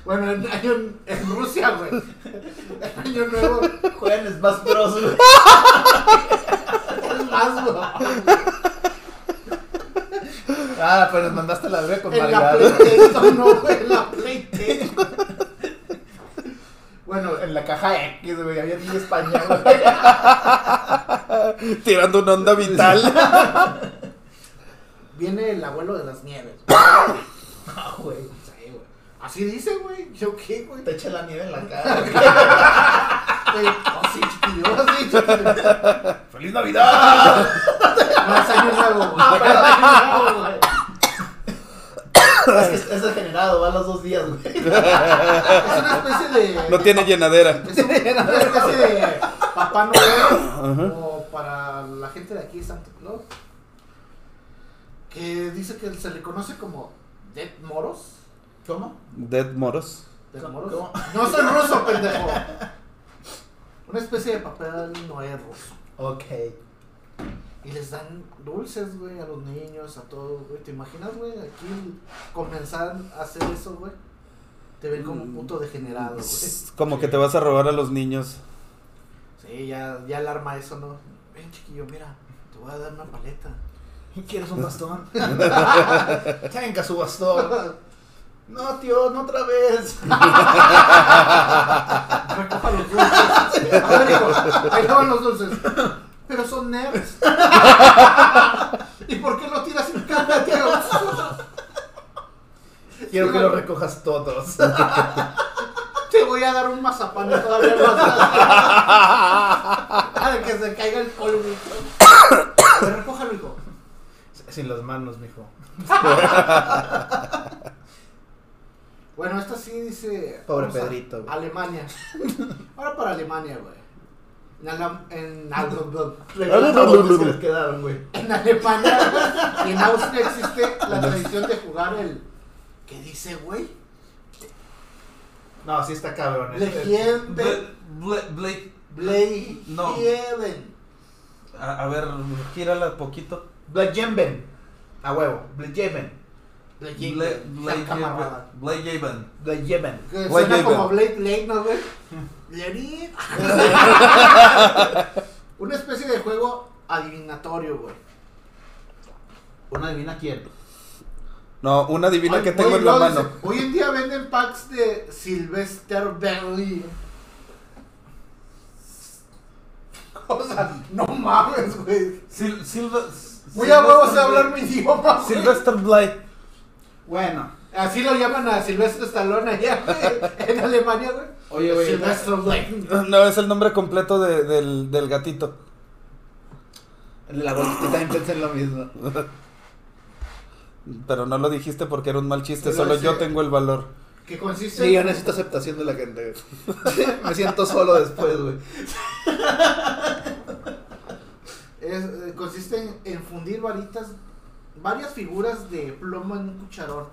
D: Bueno, en, hay un- en Rusia, güey. En año nuevo,
A: Juegan es más bros, güey.
D: es más, güey.
A: Ah, pues nos mandaste la verga con
D: En la
A: Margarita.
D: PlayStation, no, güey, en la PlayStation.
A: Bueno, en la caja X, güey, había 10 español, güey.
C: Tirando una onda vital.
D: Viene el abuelo de las nieves.
A: Ah, güey.
D: Sí, güey. Así dice, güey. Yo qué, güey.
A: Te echa la nieve en la cara. güey.
D: Güey, Así, Oh, chiquillo, así, chiquillo.
A: ¡Feliz Navidad!
D: Más año nuevo, güey. Año Ah, nuevo, güey.
A: es que es degenerado, va a los dos días, güey.
D: Es una especie de.
C: No tiene llenadera.
D: Es una especie de Papá Noel o para la gente de aquí Santa Claus que dice que se le conoce como Dead Moros.
A: ¿Cómo?
C: Dead Moros.
D: Dead
A: ¿Cómo-
D: Moros.
A: cómo?
D: No soy ruso, pendejo. Una especie de papel Noel ruso.
A: Ok.
D: Y les dan dulces, güey, a los niños, a todos, güey. ¿Te imaginas, güey, aquí comenzar a hacer eso, güey? Te ven como un puto degenerado, güey.
C: Mm. Es Como que te vas a robar a los niños.
D: Sí, ya, ya alarma eso, ¿no? Ven, chiquillo, mira, te voy a dar una paleta.
A: ¿Quieres un bastón? Tenga su bastón. No, tío, no otra vez.
D: Recoja los dulces. A ver, hijo, ahí estaban los dulces. Pero son nerds. ¿Y por qué lo tiras en cara, tío?
A: Quiero que lo recojas todos.
D: Te voy a dar un mazapán y todavía más. Para que se caiga el polvo. Pero recójalo, hijo.
A: Sin las manos, mijo.
D: Bueno, esta sí dice.
A: Pobre
D: vamos a-
A: Pedrito, güey.
D: Alemania. Ahora para Alemania, güey. En, Alam- en, Al-
A: Regresa los dulces que les quedaron, güey.
D: En Alemania y en Austria existe la tradición de jugar el. ¿Qué dice, güey?
A: No, sí está cabrón.
D: Le
A: este.
D: quieren.
C: Blake, Blake,
D: Blade
C: No.
D: Heaven.
C: a, ver, gírala poquito.
A: Blejemben. A huevo. Blejemben.
D: Blade Blade
C: Javen.
A: Blejemben.
D: Que
C: Blade
D: suena
C: Heaven.
D: como Blade Blade, ¿no, güey? Lerín. Una especie de juego adivinatorio, güey.
A: Una adivina quién.
C: No, una divina
D: Ay,
C: que
D: güey,
C: tengo en la
D: no,
C: mano.
D: dice, Hoy en día venden packs de Sylvester Berry. O sea, no mames, güey.
C: Sil, silva,
D: Voy a huevos a hablar mi idioma. güey.
C: Sylvester Blake.
A: Bueno.
D: Así lo llaman a Silvestre Stallone allá güey, en Alemania, güey.
A: Oye, güey.
D: Silvestre Stallone.
C: No, es el nombre completo de- del, del gatito.
E: La bolsita también pensé en lo mismo.
C: Pero no lo dijiste porque era un mal chiste,
D: Pero
C: solo
D: ese-
C: yo tengo el valor.
D: Que consiste
E: Sí, yo necesito aceptación de la gente. güey. Me siento solo después, güey.
D: es- eh, consiste en, en fundir varitas, varias figuras de plomo en un cucharón.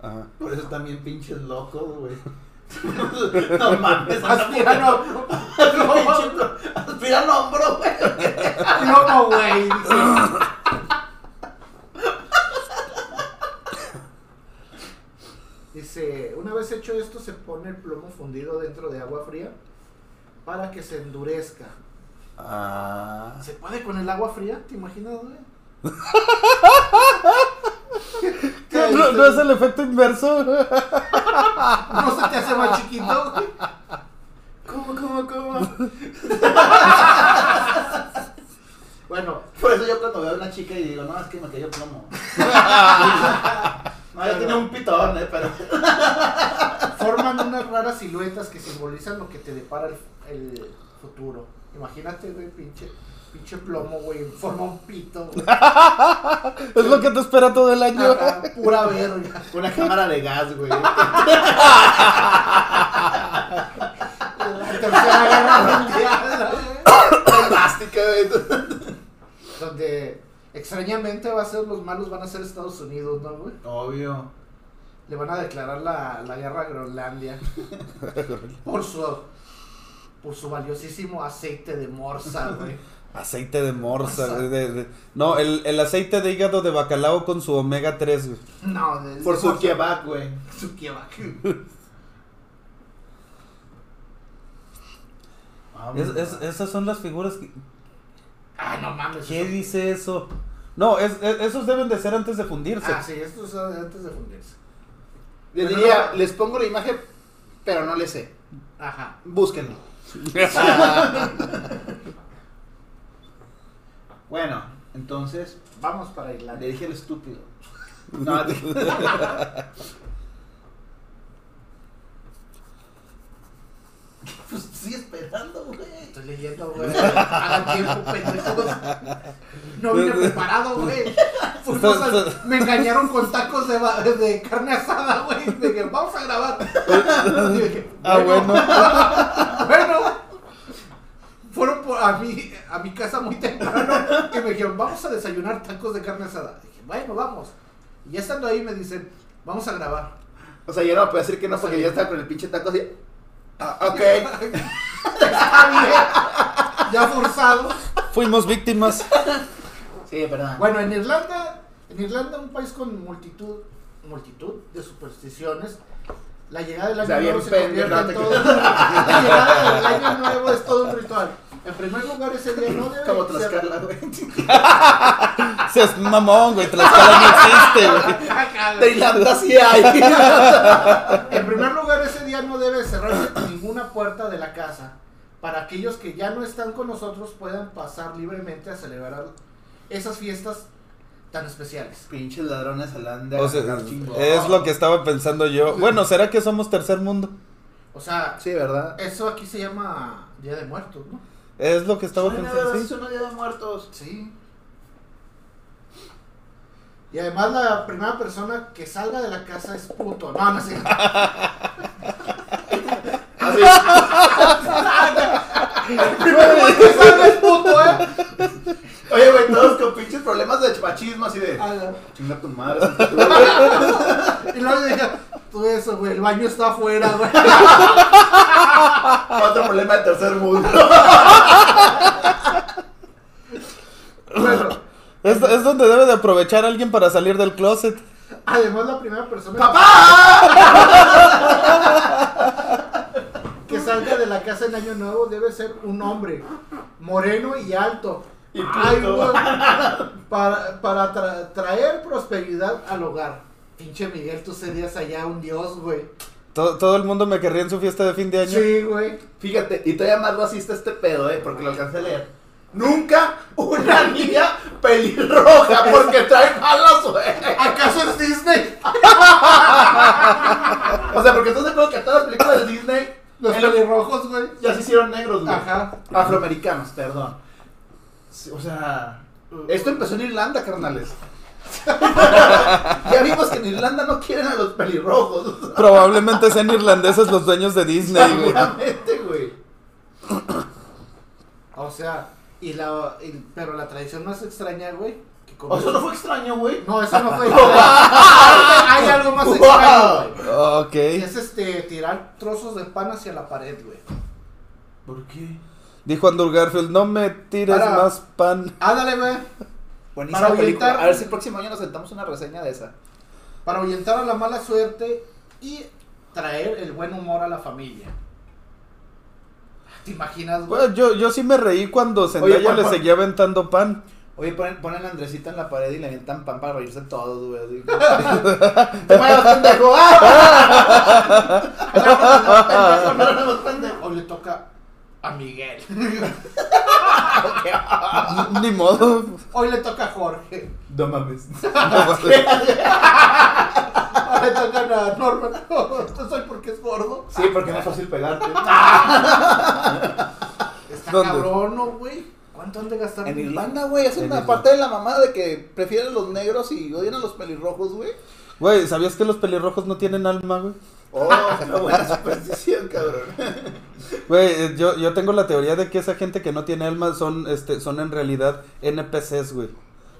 C: Ajá.
A: Por eso están bien pinches locos, güey. no mames.
D: Aspiran
A: Aspirando.
D: plomo,
A: Aspirando hombro, güey.
D: plomo, güey. dice. Dice, una vez hecho esto se pone el plomo fundido dentro de agua fría para que se endurezca.
C: Ah.
D: ¿Se puede con el agua fría? ¿Te imaginas, güey?
C: ¿Qué? ¿No, no es el efecto inverso?
D: ¿No se te hace más chiquito? güey?
A: ¿Cómo, cómo, cómo?
D: Bueno,
A: Por eso yo cuando veo a una chica y digo, no, es que me cayó plomo.
D: no, yo
A: ya tenía un pitón, eh, pero.
D: Forman unas raras siluetas que simbolizan lo que te depara el, el futuro. Imagínate, güey, pinche, pinche plomo, güey, en forma un pito, güey.
C: Es lo que te espera todo el año.
D: Ajá, Pura verga.
A: Una cámara de gas, güey.
D: La tercera guerra mundial, güey.
A: Plástica, güey.
D: Donde extrañamente va a ser los malos van a ser Estados Unidos, ¿no, güey?
A: Obvio.
D: Le van a declarar la, la guerra a Groenlandia por su por su valiosísimo aceite de morsa, güey.
C: Aceite de morsa. güey, de- de- No, el, el aceite de hígado de bacalao con su omega 3. güey.
D: No, de-
A: Por su
D: morsa.
A: kebab, güey.
D: Su kebab.
C: Es-
A: Ah,
C: es- esas son las figuras que...
D: Ah, no mames.
C: ¿Qué
D: eso-
C: dice eso? No, es- es- esos deben de ser antes de fundirse.
D: Ah, sí, esto es antes de fundirse.
A: Les
D: Pero
A: diría,
D: no-
A: les pongo la imagen, pero no les sé.
D: Ajá.
A: Búsquenlo. bueno, entonces,
D: Vamos para
A: le
D: Islandia.
A: dije el estúpido. No, pues estoy esperando, güey.
D: Estoy leyendo, güey. Hagan tiempo, pendejos. No vine preparado, güey. Fuimos al- Me engañaron con tacos de, ba- de carne asada, güey. Me dijeron, vamos a grabar. Y dije,
C: Ah, bueno.
D: Bueno, fueron por- a, mi, a mi casa muy temprano y me dijeron, vamos a desayunar tacos de carne asada. Dije, bueno, vamos. Y ya estando ahí me dicen, vamos a grabar.
A: O sea, yo no puedo decir que no porque ya estaba con el pinche taco así. Ah, ok.
D: Está bien, ya forzado.
C: Fuimos víctimas.
A: Sí, perdón.
D: Bueno, en Irlanda, en Irlanda, un país con multitud, multitud de supersticiones, la llegada del
A: O sea,
D: año
A: bien
D: nuevo se convierte
A: pendejo,
D: en
A: te
D: todo.
A: creas.
D: La llegada del año nuevo es todo un ritual. En primer lugar, ese día no debe
A: Como
D: ser-
A: Tlaxcala, güey.
C: Seas mamón, güey. Tlaxcala no existe, güey.
D: Ah,
A: Tailandia sí hay.
D: En primer lugar, ese día no debe cerrarse ninguna puerta de la casa para aquellos que ya no están con nosotros puedan pasar libremente a celebrar esas fiestas tan especiales.
A: Pinches ladrones al de
C: O sea, es lo que estaba pensando yo. Bueno, ¿será que somos tercer mundo?
D: O sea,
A: Sí, ¿verdad?
D: eso aquí se llama Día de Muertos, ¿no?
C: Es lo que estaba
A: Suena,
C: pensando.
A: ¿verdad?
C: sí.
A: Suena Día de muertos.
D: Sí. Y además la primera persona que salga de la casa es puto. No, no sé.
A: Así.
D: que salga es puto, ¿eh?
A: Oye, güey, todos con pinches problemas de machismo, así de. "Ah,
D: A la-
A: Chinga tu madre. así que tú, güey.
D: Y luego dije, tú eso, güey, el baño está afuera, güey.
A: Otro problema de tercer mundo.
D: Bueno,
C: Es, es donde debe de aprovechar alguien para salir del closet.
D: Además, la primera persona que salga de la casa en Año Nuevo debe ser un hombre moreno y alto.
A: Y
D: Ay,
A: puto.
D: güey, para para tra- traer prosperidad al hogar. Pinche Miguel, tú serías allá un dios, güey.
C: To- todo el mundo me querría en su fiesta de fin de año.
D: Sí, güey.
A: Fíjate, y todavía más racista este pedo, eh, porque lo alcancé a leer. Nunca una niña pelirroja porque trae mala suerte.
D: ¿Acaso es Disney?
A: O sea, porque entonces creo que todas las películas de Disney
D: Los
A: en lo-
D: pelirrojos, güey.
A: ya se hicieron negros, güey.
D: Ajá.
A: Afroamericanos, perdón. Sí, O sea, esto empezó en Irlanda, carnales. ya vimos que en Irlanda no quieren a los pelirrojos.
C: Probablemente sean irlandeses los dueños de Disney, güey.
A: Seguramente, güey.
D: O sea, y la, y- pero la tradición más extraña, güey. que como-
A: O sea, no fue extraño, güey.
D: No, eso no fue extraño. Hay algo más extraño, güey.
C: Ok.
D: Es este, tirar trozos de pan hacia la pared, güey.
A: ¿Por qué?
C: Dijo Andrew Garfield, no me tires
D: Para.
C: más pan.
D: Ándale, güey.
A: Buenísima
D: Para
A: película.
D: orientar-
A: A ver si el próximo año nos sentamos una reseña de esa.
D: Para ahuyentar a la mala suerte y traer el buen humor a la familia. ¿Te imaginas, güey?
C: Bueno, yo, yo sí me reí cuando Zendaya
A: Juan,
C: le
A: Juan.
C: seguía aventando pan.
A: Oye, ponen, ponen la Andresita en la pared y le avientan pan para reírse todos, güey. así. ¡Te muevas, pendejo! ¡Ah! ¡No, no, no, pendejo!
D: O le toca a Miguel.
C: Ni modo.
D: Hoy le toca a Jorge.
A: No mames.
D: le tocan a Norman. No, esto soy porque es gordo.
E: Sí, porque no es fácil pegarte.
D: Está
C: ¿Dónde?
D: cabrón, ¿no, güey? ¿Cuánto han de gastar?
A: En Irlanda, güey, es
C: En
A: una
C: Irlanda.
A: parte de la mamada de que prefieren los negros y odian a los pelirrojos, güey.
C: Güey, ¿sabías que los pelirrojos no tienen alma, güey?
A: Oh, es una buena superstición, cabrón.
C: Güey, eh, yo, yo tengo la teoría de que esa gente que no tiene alma son, este, son en realidad NPCs, güey.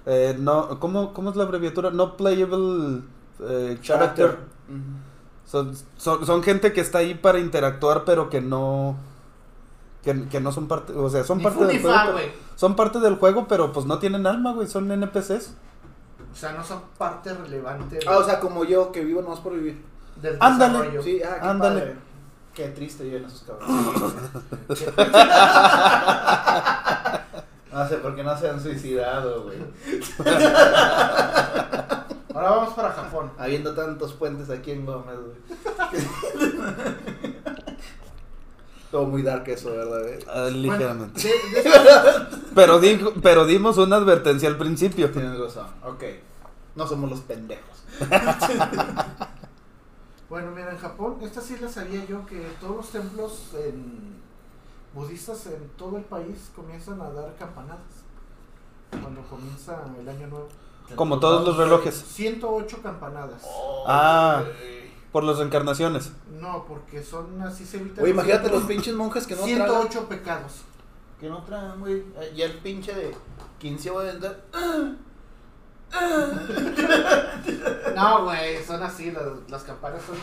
C: Eh, no, ¿cómo, ¿Cómo es la abreviatura? No Playable eh, Character. Son, son, son gente que está ahí para interactuar, pero que no... Que, que no son parte... O sea, son
D: Ni
C: parte
D: fu ni
C: del juego.
D: fa,
C: pero-
D: güey.
C: son parte del juego, pero pues no tienen alma, güey. Son NPCs.
D: O sea, no son parte relevante
A: Ah, o sea, como yo, que vivo nomás por vivir.
D: del
C: ándale.
D: desarrollo.
A: Sí, ah, qué
C: Ándale.
A: padre.
E: Qué triste viven esos cabrones. No sé por qué no se han suicidado, güey.
D: Ahora vamos para Japón.
A: Habiendo tantos puentes aquí en Gómez, güey. Todo muy dark eso, ¿verdad? eh. güey?
C: Ah, ligeramente.
E: De- de estos-
C: Pero, digo- pero dimos una advertencia al principio.
E: Tienes razón, ok.
A: No somos los pendejos.
D: Bueno, mira, en Japón, esta sí la sabía yo, que todos los templos en- budistas en todo el país comienzan a dar campanadas. Cuando comienza el año nuevo.
C: Como todos los relojes.
D: 108 campanadas.
E: Oh,
C: Ah. Por las reencarnaciones.
D: No, porque son así se evitan.
A: Oye, imagínate los
D: ciento-
A: pinches monjes que no tragan.
D: 108 pecados.
A: Que no tragan, güey. Y el pinche de 15 voy a entrar.
D: No, güey, son así, las, las campanas son.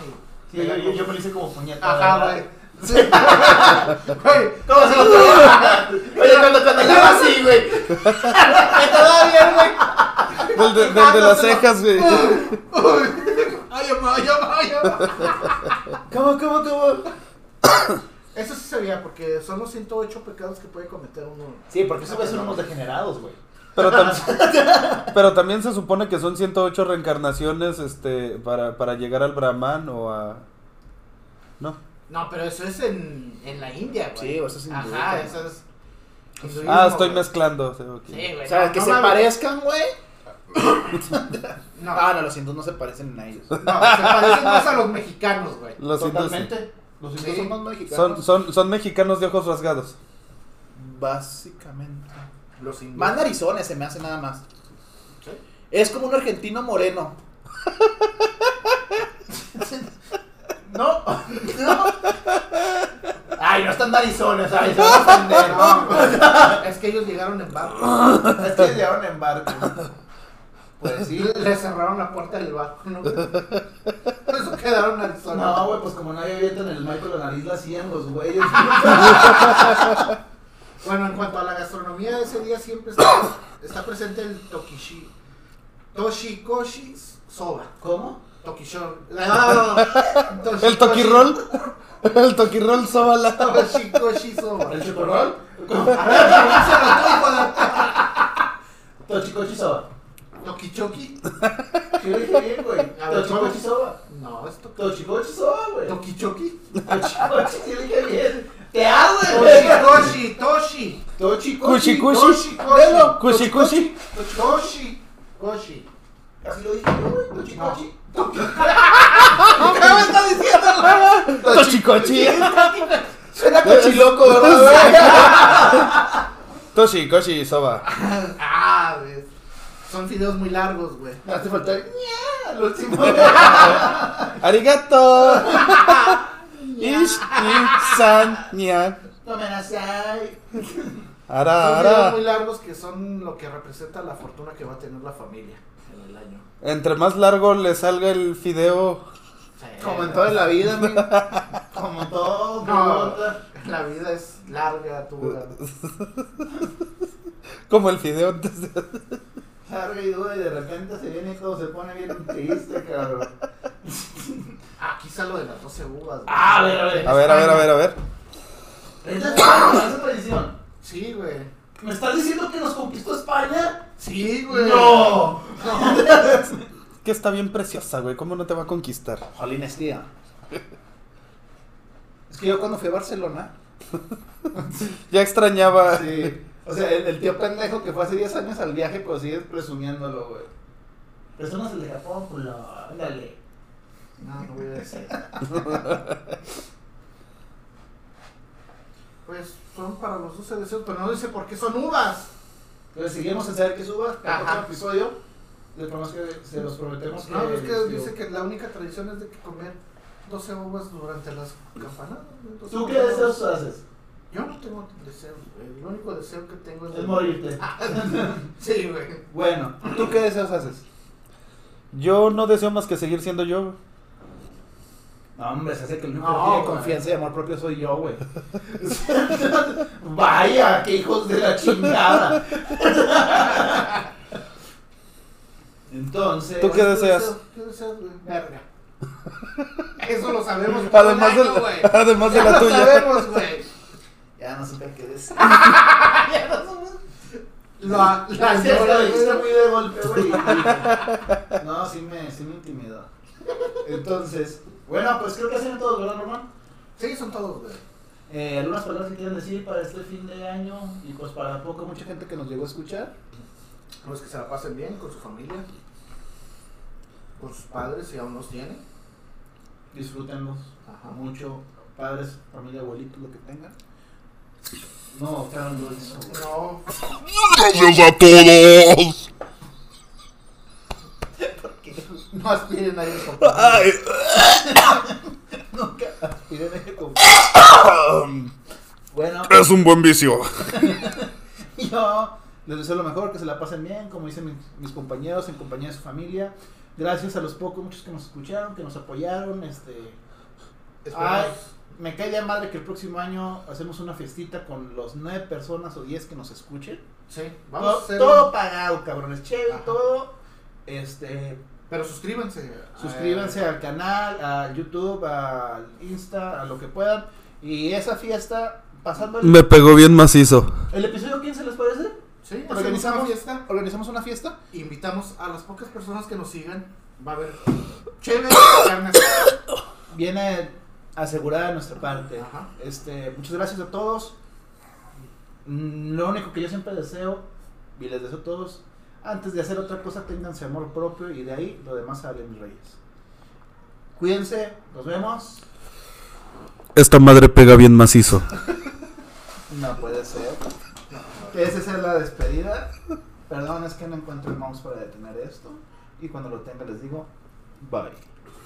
E: Sí, yo, yo- yo me lo hice como puñeta.
D: Ajá,
E: ¿verdad?
D: güey. Güey,
E: ¿Cómo se lo Oye, cuando, cuando le hago así, güey.
D: me quedaba bien, güey.
C: Del de, del de las cejas, güey.
D: Ay, ama, ay, ama, ay, ama.
A: ¿Cómo, cómo, cómo?
D: Eso sí sabía, porque son los 108 pecados que puede cometer uno.
E: Sí, porque esos güeyes son unos degenerados, güey.
C: Pero, tam- pero también se supone que son 108 reencarnaciones este, para, para llegar al Brahman o a... No.
D: No, pero eso es en, en la India, güey.
A: Sí, eso es hinduismo.
D: Ajá, eso es. hinduismo,
C: Ah, estoy
D: güey.
C: mezclando. sí, ok.
D: Sí, güey.
A: O sea,
D: no,
A: que
D: no
A: se
D: mames.
A: parezcan, güey.
D: No,
A: Ah, no, los hindús no se parecen a ellos.
D: no, se parecen más a los mexicanos, güey.
C: Los hindús, sí.
E: Totalmente. Los hindús
D: Sí.
E: son más
C: Son,
A: mexicanos.
C: son, son mexicanos de ojos rasgados.
A: Básicamente.
D: Los hindúes.
A: Más narizones se me hace nada más.
D: Sí.
A: Es como un argentino moreno.
E: No, no. Ay, no están narizones, ay, se van a ofender,
D: No,
E: ¿no?
D: güey, es que ellos llegaron en barco.
E: Es que llegaron en barco. Pues sí.
D: Le cerraron la puerta del barco, ¿no? güey? Por eso quedaron al sol.
E: No, güey, pues como no había viento en el Michael, la nariz la hacían los güeyes.
D: Bueno, en cuanto a la gastronomía de ese día siempre está, está presente el tokishi. Toshikoshi soba.
E: ¿Cómo?
D: Tokishon. No, no, no. Toshikoshi-
C: El toquirrol. El toquirrol sobala.
D: Toshikoshi soba.
E: ¿El chocorrol?
D: A ver, pronúncialo
E: Tochicochi soba.
D: tú, hijo de- Tokichoki.
E: ¿Qué le dije bien, güey?
D: A ver,
E: Tochicochi soba.
D: No, es toki-
E: Tochicochi soba, güey.
D: Tokichoki.
E: Tochicochi, sí le dije bien. Te hago, güey.
D: Toshikoshi, Toshi.
C: Cuchi,
E: Tochicochi.
C: cuchi.
D: Toshikoshi.
C: Cuchi, cuchi.
D: Toshi. Koshi.
E: Así lo dije yo, güey. Tochicochi.
A: ¿Qué me está diciendo?
C: Tochicochi.
A: Suena cochiloco, ¿verdad?
C: Tochicochi soba.
D: Ah, ves. Son fideos muy largos, güey.
A: Me hace falta el-
E: Al último.
C: Arigato. Ish, ni, san, nian.
E: No me nasai.
C: Ara,
D: Son videos muy
C: ara.
D: largos que son lo que representa la fortuna que va a tener la familia en el año.
C: Entre más largo le salga el fideo.
A: Como en toda la vida, amigo.
E: Como todo,
D: No.
E: puta.
D: La vida es larga, tú. güey.
C: Como el fideo antes de.
E: Larga y dura y de repente se viene y todo se pone bien triste, cabrón.
D: Ah, quizá lo de las 12 uvas. güey.
E: Ah, a ver, a ver.
C: A ver, a ver, a ver, a ver.
E: Es la España, esa tradición.
D: Sí, güey.
E: ¿Me estás diciendo que nos conquistó España?
D: Sí, güey.
C: Que está bien preciosa, güey. ¿Cómo no te va a conquistar?
A: Jolines, tía. Es que yo cuando fui a Barcelona,
C: Ya extrañaba.
E: Sí. O sea, el, el tío pendejo que fue hace 10 años al pues viaje, pero sigues presumiéndolo, güey. Personas el de Japón, culo. Ándale.
A: No, no voy a decir.
D: Pues son para los 12 deseos,
A: Pero no dice por qué son uvas. Entonces seguimos en saber qué es uvas. Cada
D: Ajá.
A: próximo episodio les prometo que se los prometemos.
D: No, es que
A: este,
D: dice que la única tradición es de que comer 12 uvas durante las campanadas. Entonces,
A: ¿Tú qué deseos haces?
D: Yo no tengo deseos, güey. El único deseo que tengo es,
A: Es morirte.
D: Ah. Sí, güey.
A: Bueno,
E: ¿Tú qué deseos haces?
C: Yo no deseo más que seguir siendo yo. güey.
A: no, hombre, se hace que el único que
D: No,
A: tiene
D: güey.
A: confianza y amor propio soy yo, güey. Vaya, qué hijos de la chingada. Entonces,
C: ¿Tú qué
D: ¿Qué
C: deseas?
D: ¿Qué deseas, güey? Verga. Eso lo sabemos por
C: Además
D: un
C: de
D: año,
C: la,
D: güey.
C: además de
D: Ya
C: la
D: lo
C: tuya.
D: sabemos, güey.
A: ya no supe qué decir.
D: Ya lo sabemos. La, la
A: La
D: señora,
A: señora
D: güey.
A: dijiste muy de golpe, güey. y- No, sí me, sí me intimidó. Entonces, bueno, pues creo que hacen todos, ¿verdad, Román?
D: Sí, son todos, güey.
A: Eh, algunas palabras que quieran decir para este fin de año y pues para poco, mucha
E: Mucha
A: gente.
E: gente que nos llegó a escuchar.
D: Los que se la pasen bien con su familia, con sus padres, si aún los tienen.
A: Disfrútenlos
D: Ajá.
A: mucho, padres, familia, abuelitos, lo que tengan. No, claro, no eso. güey.
D: No,
B: Gracias a todos.
E: No aspiren a eso.
B: Ay,
A: Nunca aspiren a que comp- Bueno, pues,
B: es un buen vicio.
A: yo les deseo lo mejor, que se la pasen bien, como dicen mis, mis compañeros, en compañía de su familia. Gracias a los pocos, muchos que nos escucharon, que nos apoyaron, este. Ay,
D: esperemos.
A: me cae de madre que el próximo año hacemos una fiestita con los nueve personas o diez que nos escuchen.
D: Sí, vamos a
A: Todo,
D: hacer.
A: todo pagado, cabrones. Chévere,
D: Ajá.
A: todo. Este,
D: Pero suscríbanse. Eh,
A: suscríbanse al canal, a YouTube, al Insta, a lo que puedan. Y esa fiesta, pasando el,
C: pegó bien macizo.
A: el episodio 15, ¿les parece?
D: Eh, sí, hacemos
A: Organizamos.
D: una fiesta.
A: Organizamos una fiesta.
D: Invitamos a las pocas personas que nos sigan. Va a haber chévere carne
A: Viene asegurada de nuestra parte.
D: Ajá.
A: Este, muchas gracias a todos. Mm, Lo único que yo siempre deseo, y les deseo a todos, antes de hacer otra cosa, ténganse amor propio y de ahí lo demás sale, mis reyes. Cuídense, nos vemos.
C: Esta madre pega bien macizo.
A: No puede ser. Esa es la despedida. Perdón, es que no encuentro el mouse para detener esto. Y cuando lo tenga les digo, bye.